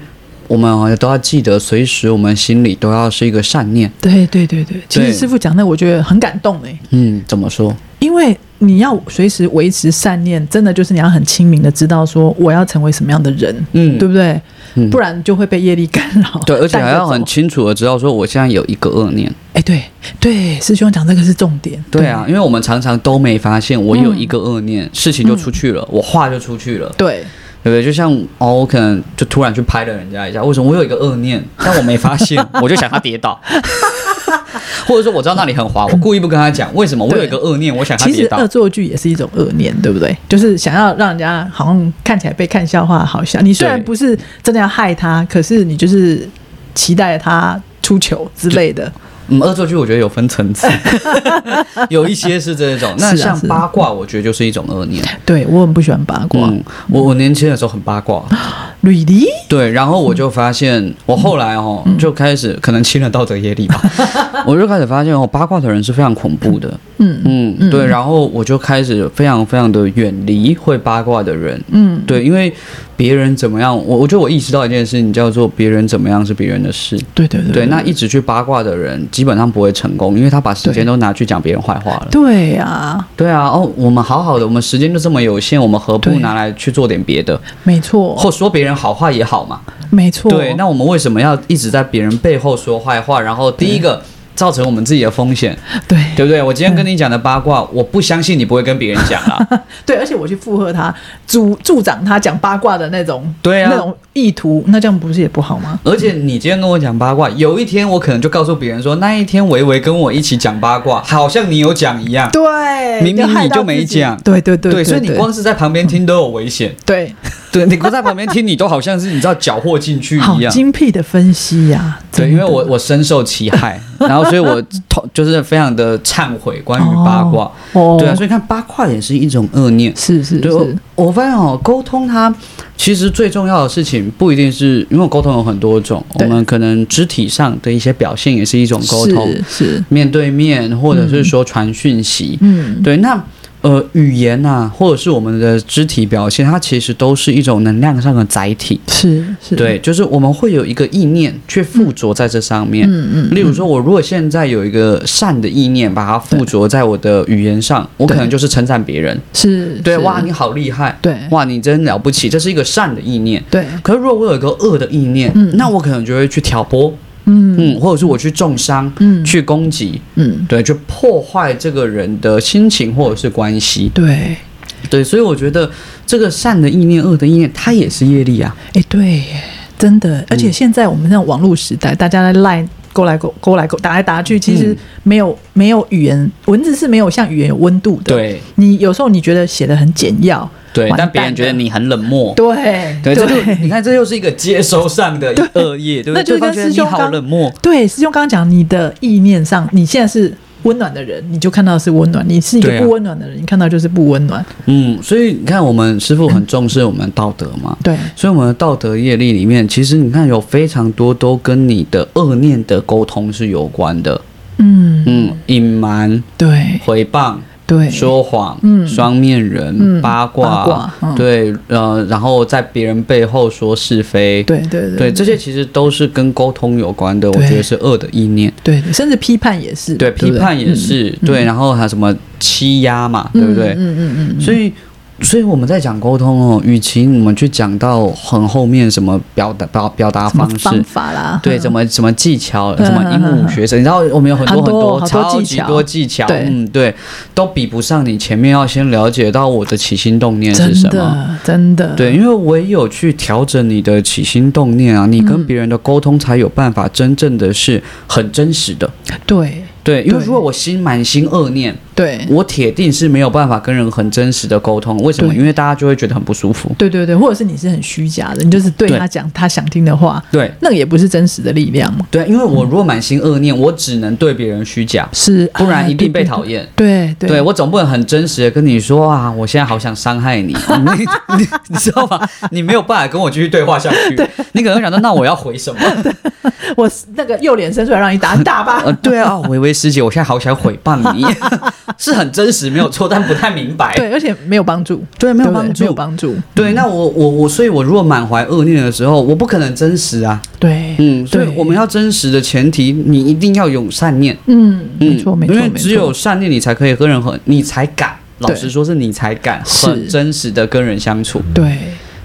Speaker 2: 我们好像都要记得，随时我们心里都要是一个善念。
Speaker 3: 对对对对。其
Speaker 2: 对
Speaker 3: 实师傅讲那，我觉得很感动哎，
Speaker 2: 嗯，怎么说？
Speaker 3: 因为你要随时维持善念，真的就是你要很清明的知道说我要成为什么样的人，
Speaker 2: 嗯，
Speaker 3: 对不对？
Speaker 2: 嗯
Speaker 3: 不然就会被业力干扰。
Speaker 2: 对，而且还
Speaker 3: 带着
Speaker 2: 要很
Speaker 3: 走
Speaker 2: 清楚的知道，说我现在有一个恶念。
Speaker 3: 哎，对对，师兄讲这个是重点。
Speaker 2: 对啊，因为我们常常都没发现我
Speaker 3: 嗯
Speaker 2: 有一个恶念，事情就出去了，我话就出去了，
Speaker 3: 对，
Speaker 2: 对不对？就像哦，我可能就突然去拍了人家一下，为什么我有一个恶 念，但我没发现，我就想他跌倒，或者说我知道那里很滑，我故意不跟他讲，为什么我有一个恶念，我想他
Speaker 3: 其
Speaker 2: 跌
Speaker 3: 实呃
Speaker 2: 倒
Speaker 3: 恶。作剧也是一种恶念，对不对？就是想要让人家好像看起来被看笑话好笑。你虽然
Speaker 2: 对
Speaker 3: 不是真的要害他，可是你就是期待他出糗之类的。
Speaker 2: 嗯，恶作剧我觉得有分层 次，有一些是这种，那
Speaker 3: 是啊
Speaker 2: 像
Speaker 3: 是啊
Speaker 2: 八卦，我觉得就是一种恶念。
Speaker 3: 对我很不喜欢八卦。
Speaker 2: 嗯，我我年轻的时候很八卦，
Speaker 3: 吕迪、
Speaker 2: 对，然后我就发现，我后来哦
Speaker 3: 嗯
Speaker 2: 就开始可能亲了道德业 力吧，我就开始发现哦，八卦的人是非常恐怖的，
Speaker 3: 嗯
Speaker 2: 嗯，对，然后我就开始非常非常的远离会八卦的人，
Speaker 3: 嗯，
Speaker 2: 对，因为别人怎么样，我我觉得我意识到一件事情，叫做别人怎么样是别人的事。
Speaker 3: 对对对
Speaker 2: 对，那一直去八卦的人，基本上不会成功，因为他把时间都拿去讲别人坏话了。
Speaker 3: 对啊，
Speaker 2: 对啊，哦，我们好好的，我们时间就这么有限，我们何不
Speaker 3: 对
Speaker 2: 拿来去做点别的，
Speaker 3: 没错，
Speaker 2: 或说别人好话也好嘛。
Speaker 3: 没错。
Speaker 2: 对，那我们为什么要一直在别人背后说坏话？然后第一个造成我们自己的风 险，
Speaker 3: 对
Speaker 2: 对不对？我今天跟你讲的八卦，我不相信你不会跟别人讲啊 啦。
Speaker 3: 对，而且我去附和他，助助长他讲八卦的那种，
Speaker 2: 对啊
Speaker 3: 那种意图，那这样不是也不好吗？
Speaker 2: 而且你今天跟我讲八卦，有一天我可能就告诉别人说，那一天维维跟我一起讲八卦，好像你有讲一样。
Speaker 3: 对
Speaker 2: 明明
Speaker 3: 害
Speaker 2: 你
Speaker 3: 到
Speaker 2: 就
Speaker 3: 自
Speaker 2: 没
Speaker 3: 己
Speaker 2: 讲
Speaker 3: 对对对
Speaker 2: 所以你光是在旁边听都有危险。
Speaker 3: 对
Speaker 2: 对你光在旁边听，你都好像是你知道缴获进去
Speaker 3: 好
Speaker 2: 一样。
Speaker 3: 精辟的分析呀、
Speaker 2: 对，
Speaker 3: 真
Speaker 2: 因为
Speaker 3: 的
Speaker 2: 我我深受其害，然后所以我痛就是非常的忏悔关于八卦。
Speaker 3: 哦，
Speaker 2: 对啊，所以看八卦也是一种恶念。
Speaker 3: 是是
Speaker 2: 对，我
Speaker 3: 是，
Speaker 2: 我发现哦，沟通它其实最重要的事情不一定是因为沟通有很多种，我
Speaker 3: 对
Speaker 2: 们可能肢体上的一些表现也是一种沟通，
Speaker 3: 是是，
Speaker 2: 面对面或者是说传讯息。
Speaker 3: 嗯，
Speaker 2: 对，那呃，语言呐、或者是我们的肢体表现，它其实都是一种能量上的载体。
Speaker 3: 是是，，
Speaker 2: 对，就是我们会有一个意念去附着在这上面。
Speaker 3: 嗯嗯，
Speaker 2: 例如说，我如果现在有一个善的意念，把它附着在我的语言上，我可能就是称赞别人。
Speaker 3: 是，
Speaker 2: 对，
Speaker 3: 是
Speaker 2: 哇，你好厉害，
Speaker 3: 对
Speaker 2: 哇，你真了不起，这是一个善的意念。
Speaker 3: 对，
Speaker 2: 可是如果我有一个恶的意念，
Speaker 3: 嗯
Speaker 2: 那我可能就会去挑拨，
Speaker 3: 嗯
Speaker 2: 嗯，或者是我去重伤，
Speaker 3: 嗯
Speaker 2: 去攻击，
Speaker 3: 嗯，
Speaker 2: 对，去破坏这个人的心情或者是关系。
Speaker 3: 对，
Speaker 2: 对，所以我觉得这个善的意念、恶的意念，它也是业力啊。
Speaker 3: 哎对耶，真的，
Speaker 2: 嗯
Speaker 3: 而且现在我们这种网络时代，大家在 line。勾来勾，勾来勾，打来打去，其实
Speaker 2: 嗯
Speaker 3: 没有、没有语言，文字是没有像语言有温度的。，
Speaker 2: 对
Speaker 3: 你有时候你觉得写的很简要，
Speaker 2: 对，
Speaker 3: 完
Speaker 2: 但别人
Speaker 3: 蛋
Speaker 2: 觉得
Speaker 3: 了
Speaker 2: 你很冷漠。
Speaker 3: 对
Speaker 2: 对，这就你看，这又是一个接收上的恶业，对不对？
Speaker 3: 那
Speaker 2: 对
Speaker 3: 就是
Speaker 2: 方
Speaker 3: 跟
Speaker 2: 觉得
Speaker 3: 师
Speaker 2: 你
Speaker 3: 兄
Speaker 2: 好
Speaker 3: 刚
Speaker 2: 冷漠，
Speaker 3: 对，师兄刚刚讲你的意念上，你现在是温暖的人，你就看到是温暖；你是一
Speaker 2: 对
Speaker 3: 个
Speaker 2: 啊
Speaker 3: 不温暖的人，你看到就是不温暖。
Speaker 2: 嗯，所以你看，我们师傅很重视我们道德嘛，
Speaker 3: 对，
Speaker 2: 所以我们的道德业力里面，其实你看有非常多都跟你的恶念的沟通是有关的。
Speaker 3: 嗯，
Speaker 2: 嗯，隐瞒、
Speaker 3: 对
Speaker 2: 诽谤、
Speaker 3: 对，
Speaker 2: 说谎、
Speaker 3: 嗯
Speaker 2: 双面人、
Speaker 3: 嗯
Speaker 2: 八卦，
Speaker 3: 八卦嗯
Speaker 2: 对，呃，然后在别人背后说是非，
Speaker 3: 对对对
Speaker 2: 对，这些其实都是跟沟通有关的，我
Speaker 3: 对
Speaker 2: 觉得是恶的意念。
Speaker 3: 对，甚至批判也是，
Speaker 2: 对，
Speaker 3: 对不
Speaker 2: 批
Speaker 3: 对，
Speaker 2: 判也是对，然后还有什么欺压嘛，
Speaker 3: 嗯，
Speaker 2: 对不对？
Speaker 3: 嗯嗯嗯嗯，
Speaker 2: 所以，所以我们在讲沟通哦，与其我们去讲到很后面什么表达表表达
Speaker 3: 什么
Speaker 2: 方式。
Speaker 3: 方法啦，
Speaker 2: 对，
Speaker 3: 嗯
Speaker 2: 什么什么技巧，
Speaker 3: 嗯
Speaker 2: 什么鹦鹉学舌，你知道我们有很多
Speaker 3: 很多好多
Speaker 2: 超级
Speaker 3: 技巧
Speaker 2: 多技巧，
Speaker 3: 对
Speaker 2: 嗯，对，都比不上你前面要先了解到我的起心动念是
Speaker 3: 真
Speaker 2: 什么。
Speaker 3: 的嗯真的，
Speaker 2: 对，因为唯有去调整你的起心动念啊，你
Speaker 3: 嗯
Speaker 2: 跟别人的沟通才有办法真正的是很真实的。
Speaker 3: 对
Speaker 2: 对，因为
Speaker 3: 对
Speaker 2: 如果我心满心恶念，
Speaker 3: 对
Speaker 2: 我铁定是没有办法跟人很真实的沟通。为什么？
Speaker 3: 对
Speaker 2: 因为大家就会觉得很不舒服。
Speaker 3: 对对对，或者是你是很虚假的，你就是对
Speaker 2: 对
Speaker 3: 他讲他想听的话，
Speaker 2: 对
Speaker 3: 那个也不是真实的力量嘛，
Speaker 2: 对，因为我如果满心恶念，我只能对别人虚假，
Speaker 3: 是，
Speaker 2: 不然
Speaker 3: 啊
Speaker 2: 一定被讨。厌。
Speaker 3: 对
Speaker 2: 对
Speaker 3: 对对
Speaker 2: 我总不能很真实的跟你说啊，我现在好想伤 害你，你你你知道吗？你没有办法跟我继续对话下去，你可能会想到那我要回什么？
Speaker 3: 对我那个右脸伸出来让你打，你 打吧。
Speaker 2: 呃，对啊，维维师姐，我现在好想诽谤你， 是很真实没有错，但不太明白。
Speaker 3: 对，而且没有帮助，
Speaker 2: 对没有
Speaker 3: 不
Speaker 2: 帮助
Speaker 3: 没有帮助，
Speaker 2: 对，那我我我，所以我如果满怀恶念的时候，我不可能真实啊。
Speaker 3: 对，
Speaker 2: 嗯，所以
Speaker 3: 对
Speaker 2: 我们要真实的前提，你一定要有善念。
Speaker 3: 嗯，
Speaker 2: 嗯，
Speaker 3: 没错没错，
Speaker 2: 因为
Speaker 3: 没
Speaker 2: 只
Speaker 3: 错
Speaker 2: 有善念，你才可以跟人很，你才敢。老
Speaker 3: 对
Speaker 2: 实说，是你才敢
Speaker 3: 是
Speaker 2: 很真实的跟人相处。
Speaker 3: 对，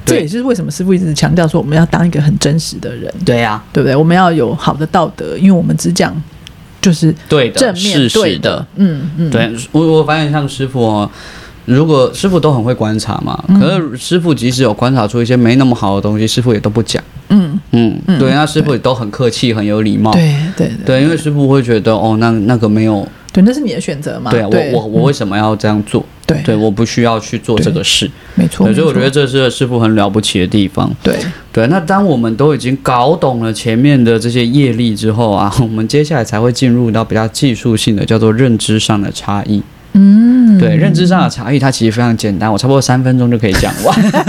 Speaker 3: 这
Speaker 2: 对
Speaker 3: 也是为什么师傅一直强调说我们要当一个很真实的人，
Speaker 2: 对啊呀、
Speaker 3: 对不对？我们要有好的道德，因为我们只讲就是
Speaker 2: 对的，
Speaker 3: 正
Speaker 2: 事
Speaker 3: 面对
Speaker 2: 实的。，
Speaker 3: 嗯嗯，
Speaker 2: 对我，我发现像师傅哦，如果师傅都很会观察嘛，可
Speaker 3: 嗯
Speaker 2: 是师傅即使有观察出一些没那么好的东西，师傅也都不讲。
Speaker 3: 嗯，
Speaker 2: 嗯，
Speaker 3: 嗯
Speaker 2: 对，那师傅也都很客气，很有礼貌。
Speaker 3: 对对对
Speaker 2: 哦对，因为师傅会觉得哦，那那个没有，
Speaker 3: 对，那是你的选择嘛？
Speaker 2: 对啊，
Speaker 3: 对嗯
Speaker 2: 我我我为什么要这样做？
Speaker 3: 对
Speaker 2: 对，我不需要去做这个事。
Speaker 3: 没错，
Speaker 2: 对，所以我觉得
Speaker 3: 没错
Speaker 2: 这是师傅很了不起的地方。
Speaker 3: 对
Speaker 2: 对，那当我们都已经搞懂了前面的这些业力之后啊， 我们接下来才会进入到比较技术性的，叫做认知上的差异。嗯，对，认知上的差异，它其实非常简单，我差不多三分钟就可以讲完。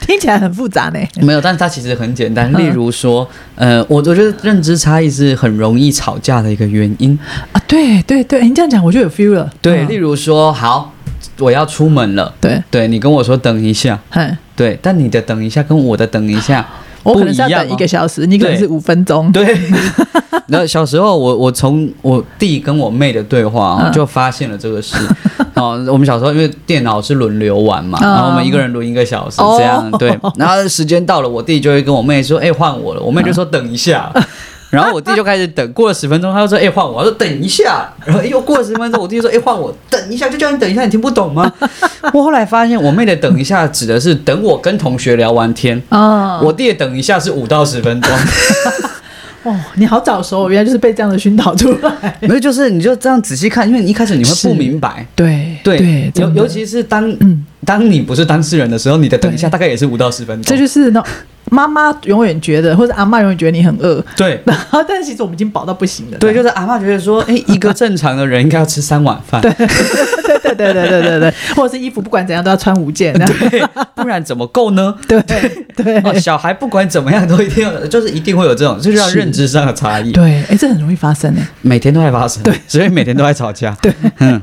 Speaker 3: 听起来很复杂 呢。
Speaker 2: 没有，但是它其实很简单。
Speaker 3: 嗯
Speaker 2: 例如说，呃，我我觉得认知差异是很容易吵架的一个原因。
Speaker 3: 啊，对对对，你这样讲我就有 feel 了。
Speaker 2: 对，
Speaker 3: 嗯
Speaker 2: 例如说，好，我要出门了，
Speaker 3: 对，
Speaker 2: 对你跟我说等一下，
Speaker 3: 嗯，
Speaker 2: 对，但你的等一下跟我的等一下
Speaker 3: 我
Speaker 2: 不
Speaker 3: 可能
Speaker 2: 一
Speaker 3: 是要
Speaker 2: 样
Speaker 3: 等一
Speaker 2: 哦
Speaker 3: 个小时，你可能
Speaker 2: 对
Speaker 3: 是五分钟。
Speaker 2: 对， 然后小时候我我从我弟跟我妹的对话、哦
Speaker 3: 嗯
Speaker 2: 就发现了这个事。哦，我们小时候因为电脑是轮流玩嘛，
Speaker 3: 嗯
Speaker 2: 然后我们一个人轮一个小时
Speaker 3: 哦
Speaker 2: 这样，对。 然后时间到了，我弟就会跟我妹说：“哎、换我了。”我妹就说：“
Speaker 3: 嗯
Speaker 2: 等一下。然后我弟就开始等，过了十分钟，他就说：“哎、换我。”我说：“等一下。”然后又过了十分钟，我弟就说：“哎、换我，等一下，就叫你等一下，你听不懂吗？” 我后来发现，我妹的“等一下”指的是等我跟同学聊完天，
Speaker 3: 啊，
Speaker 2: 我弟的“等一下”是五到十分钟。
Speaker 3: 哦，你好早熟哦，原来就是被这样的熏陶出来。
Speaker 2: 没有，就是你就这样仔细看，因为你一开始你会
Speaker 3: 是
Speaker 2: 不明白，
Speaker 3: 对
Speaker 2: 对，
Speaker 3: 对，
Speaker 2: 尤
Speaker 3: 真的
Speaker 2: 尤其是当、
Speaker 3: 嗯
Speaker 2: 当你不是当事人的时候，你的等一下
Speaker 3: 对
Speaker 2: 大概也是五到十分钟，
Speaker 3: 这就是那种妈妈永远觉得，或者阿妈永远觉得你很饿，
Speaker 2: 对
Speaker 3: 然后 但其实我们已经饱到不行了。
Speaker 2: 对，就是阿嬷觉得说，哎、一个正常的人应该要吃三碗饭，对，
Speaker 3: 对对对对对对对，或者是衣服不管怎样都要穿五件，
Speaker 2: 不然怎么够呢？
Speaker 3: 对对对
Speaker 2: 哦，小孩不管怎么样都一定要，就是一定会有这种，这就是要
Speaker 3: 是
Speaker 2: 认知上的差异，
Speaker 3: 对，哎，这很容易发生哎。
Speaker 2: 每天都在发生，对，所以每天都在吵架，对，嗯。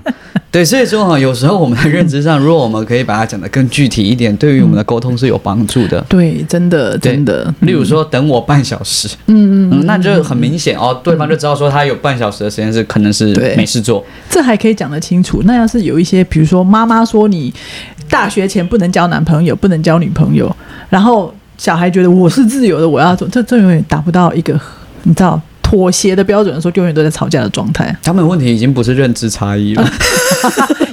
Speaker 2: 对，所以说哈，有时候我们在认知上，如果我们可以把它讲得更具体一点，对于我们的沟通是有帮助的。
Speaker 3: 对，真的
Speaker 2: 对
Speaker 3: 真的，嗯
Speaker 2: 例如说等我半小时，
Speaker 3: 嗯嗯，
Speaker 2: 嗯，那就很明显哦，对方就知道说他有半小时的时间是可能是
Speaker 3: 对
Speaker 2: 没事做，
Speaker 3: 这还可以讲得清楚。那要是有一些，比如说妈妈说你大学前不能交男朋友，不能交女朋友，然后小孩觉得我是自由的，我要做，这这永远达不到一个你知道妥协的标准的时候，就永远都在吵架的状 态。
Speaker 2: 他们的问题已经不是认知差异
Speaker 3: 啊
Speaker 2: 了，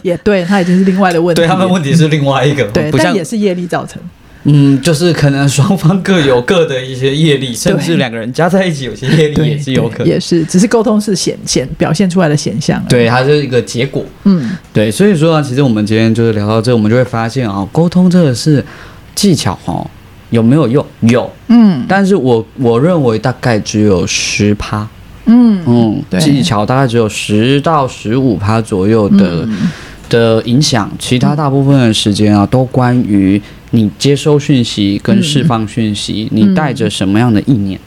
Speaker 3: 也对，他已经是另外的问 题
Speaker 2: 对
Speaker 3: 了。
Speaker 2: 他们问题是另外一个，
Speaker 3: 对，
Speaker 2: 不
Speaker 3: 但
Speaker 2: 像
Speaker 3: 也是业力造成。
Speaker 2: 嗯，就是可能双方各有各的一些业力，甚至
Speaker 3: 对
Speaker 2: 两个人加在一起有些业力
Speaker 3: 对，
Speaker 2: 也是有可
Speaker 3: 对
Speaker 2: 能
Speaker 3: 也，是，只是沟通是显显表现出来的显象。，
Speaker 2: 对，它是一个结果，
Speaker 3: 嗯，
Speaker 2: 对，所以说啊，其实我们今天就是聊到这，我们就会发现啊，沟通这个是技巧哦，有没有用？有，
Speaker 3: 嗯，
Speaker 2: 但是我我认为大概只有十趴。
Speaker 3: 嗯，
Speaker 2: 嗯，
Speaker 3: 对
Speaker 2: 技巧大概只有十到十五趴左右的、
Speaker 3: 嗯
Speaker 2: 的影响，其他大部分的时间啊，都关于你接收讯息跟释放讯息，
Speaker 3: 嗯
Speaker 2: 你带着什么样的意念。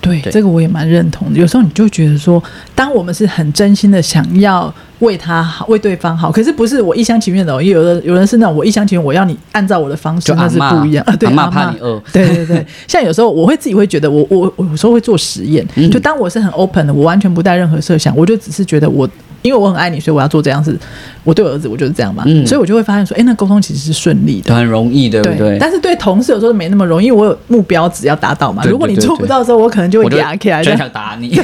Speaker 3: 对，
Speaker 2: 对
Speaker 3: 这个我也蛮认同的。有时候你就觉得说，当我们是很真心的想要为他好、为对方好，可是不是我一厢情愿的、哦，也有的有人是那种我一厢情愿，我要你按照我的方式，
Speaker 2: 就
Speaker 3: 那
Speaker 2: 阿
Speaker 3: 是
Speaker 2: 嬷
Speaker 3: 不一样。 啊、对，
Speaker 2: 阿嬷
Speaker 3: 妈
Speaker 2: 怕你饿
Speaker 3: 对对 对，像有时候我会自己会觉得我，我我有时候会做实验，
Speaker 2: 嗯
Speaker 3: 就当我是很 open 的，我完全不带任何设想，我就只是觉得我。因为我很爱你，所以我要做这样事。我对我儿子，我就是这样嘛，
Speaker 2: 嗯
Speaker 3: 所以我就会发现说，哎、那沟通其实是顺利的。
Speaker 2: 很容易，对不对？
Speaker 3: 但是对同事有时候没那么容易，因为我有目标只要达到嘛。
Speaker 2: 对对
Speaker 3: 如果你
Speaker 2: 对
Speaker 3: 做不到的时候，我可能就
Speaker 2: 我
Speaker 3: 会
Speaker 2: 就
Speaker 3: 压起来。
Speaker 2: 真
Speaker 3: 这样
Speaker 2: 想打你，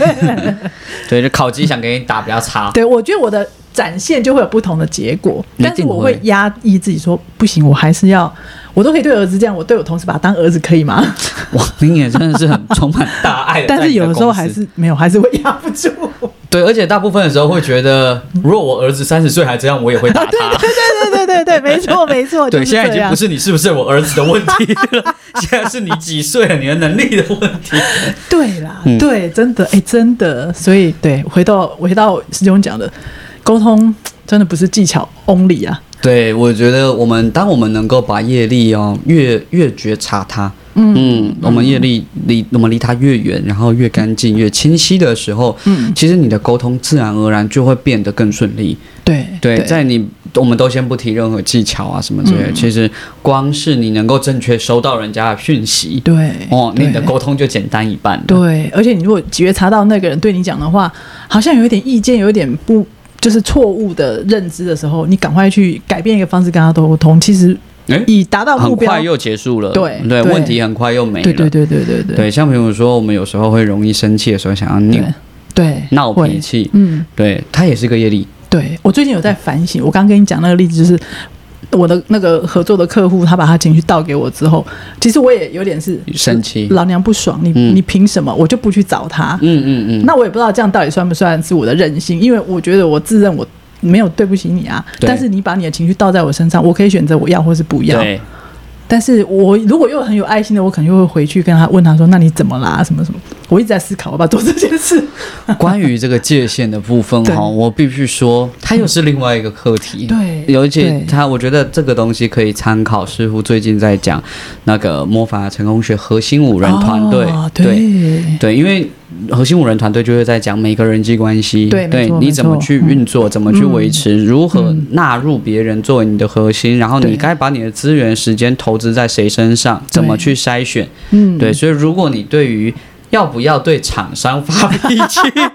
Speaker 2: 对，就烤鸡想给你打比较差。
Speaker 3: 对，我觉得我的展现就会有不同的结果，
Speaker 2: 一定
Speaker 3: 但是我
Speaker 2: 会
Speaker 3: 会压抑自己说，不行，我还是要，我都可以对儿子这样，我对我同事把他当儿子可 以吗？
Speaker 2: 哇，你也真的是很充满大爱的在
Speaker 3: 但
Speaker 2: 你的公司，
Speaker 3: 是有的时候还是没有，还是会压 不住。
Speaker 2: 对，而且大部分的时候会觉得，如果我儿子三十岁还这样，我也会打 他。
Speaker 3: 对对对对对，没错没错，
Speaker 2: 对，
Speaker 3: 哦就是
Speaker 2: 现在已
Speaker 3: 这
Speaker 2: 经
Speaker 3: 样
Speaker 2: 不是你是不是我儿子的问题了， 现在是你几岁了，你的能力的问题。
Speaker 3: 对啦，
Speaker 2: 嗯
Speaker 3: 对，真的，哎、真的，所以对，回到回到师兄讲的，沟通真的不是技巧 only 啊，
Speaker 2: 对，我觉得我们当我们能够把业力哦越越觉察它，嗯我们业力离我们离它越远，然后越干净、越清晰的时候，
Speaker 3: 嗯
Speaker 2: 其实你的沟通自然而然就会变得更顺利。
Speaker 3: 对嗯
Speaker 2: 对，在你我们都先不提任何技巧啊什么之类的，其实光是你能够正确收到人家的讯息，
Speaker 3: 对
Speaker 2: 哦，
Speaker 3: 对
Speaker 2: 你的沟通就简单一半了。
Speaker 3: 对，而且你如果觉察到那个人对你讲的话，好像有一点意见，有一点不就是错误的认知的时候，你赶快去改变一个方式跟他沟通，其实
Speaker 2: 诶
Speaker 3: 以达到目
Speaker 2: 很
Speaker 3: 标
Speaker 2: 快。又结束了，
Speaker 3: 对
Speaker 2: 对，
Speaker 3: 对
Speaker 2: 问题很快又没了。
Speaker 3: 对对对对对对
Speaker 2: 对像比如说我们有时候会容易生气的时候想要扭
Speaker 3: 对对，
Speaker 2: 闹
Speaker 3: 会
Speaker 2: 脾气，
Speaker 3: 嗯，
Speaker 2: 对，它也是个业力。
Speaker 3: 对我最近有在反省，我刚跟你讲那个例子就是。我的那个合作的客户，他把他情绪倒给我之后，其实我也有点是
Speaker 2: 生气
Speaker 3: 老娘不爽，你、
Speaker 2: 嗯
Speaker 3: 你凭什么？我就不去找他。
Speaker 2: 嗯嗯嗯，
Speaker 3: 那我也不知道这样到底算不算是我的任性，因为我觉得我自认我没有对不起你啊，
Speaker 2: 对
Speaker 3: 但是你把你的情绪倒在我身上，我可以选择我要或是不要。
Speaker 2: 对
Speaker 3: 但是我如果又很有爱心的，我可能又会回去跟他问他说：“那你怎么啦？什么什么？”我一直在思考我要不要做这件事。
Speaker 2: 关于这个界限的部分
Speaker 3: 对
Speaker 2: 哈，我必须说，它又是另外一个课题。
Speaker 3: 对
Speaker 2: 而且
Speaker 3: 对
Speaker 2: 它，我觉得这个东西可以参考师傅最近在讲那个魔法成功学核心五人团队
Speaker 3: 哦，
Speaker 2: 对
Speaker 3: 对
Speaker 2: 对，因为核心五人团队就是在讲每个人际关系，
Speaker 3: 对没错
Speaker 2: 你怎么
Speaker 3: 没错嗯
Speaker 2: 去运作，怎么去维持，如何纳入别人作为你的核心，然后你
Speaker 3: 对
Speaker 2: 该把你的资源、时间投资在谁身上，怎么去筛选。
Speaker 3: 嗯，
Speaker 2: 对，所以如果你对于要不要对厂商发脾气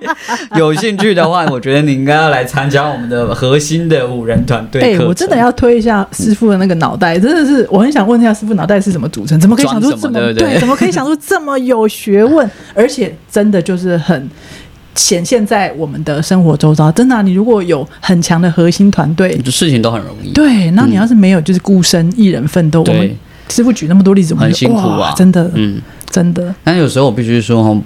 Speaker 2: 有兴趣的话，我觉得你应该要来参加我们的核心的五人团队
Speaker 3: 哎、
Speaker 2: 课程
Speaker 3: 我真的要推一下师傅的那个脑袋，真的是我很想问一下师傅脑袋是怎么组成，怎么可以想出
Speaker 2: 装什么
Speaker 3: 这么
Speaker 2: 对不对
Speaker 3: 对，怎么可以想出这么有学问，而且真的就是很显现在我们的生活周遭。真的啊、你如果有很强的核心团队，
Speaker 2: 事情都很容易。
Speaker 3: 对，那你要是没有，就是孤身一人奋斗。
Speaker 2: 嗯
Speaker 3: 我
Speaker 2: 对
Speaker 3: 们师傅举那么多例子，我们
Speaker 2: 很
Speaker 3: 就
Speaker 2: 辛苦啊
Speaker 3: 哇，真的，
Speaker 2: 嗯，
Speaker 3: 真的，
Speaker 2: 但有时候我必须说，哦，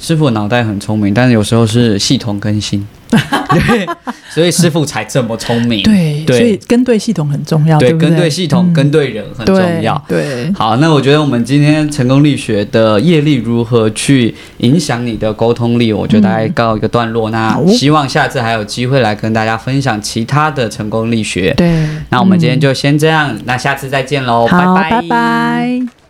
Speaker 2: 师傅脑袋很聪明，但是有时候是系统更新， 对，所以师傅才这么聪明。
Speaker 3: 对，
Speaker 2: 对，
Speaker 3: 所以跟对系统很重要，
Speaker 2: 对
Speaker 3: 对不对？嗯
Speaker 2: 跟对系统、跟对人很重要。
Speaker 3: 对，
Speaker 2: 好，那我觉得我们今天成功力学的业力如何去影响你的沟通力，我觉得大概告一个段落。
Speaker 3: 好
Speaker 2: 那希望下次还有机会来跟大家分享其他的成功力学。
Speaker 3: 对，
Speaker 2: 那我们今天
Speaker 3: 嗯
Speaker 2: 就先这样，那下次再见喽，
Speaker 3: 好，
Speaker 2: 拜
Speaker 3: 拜拜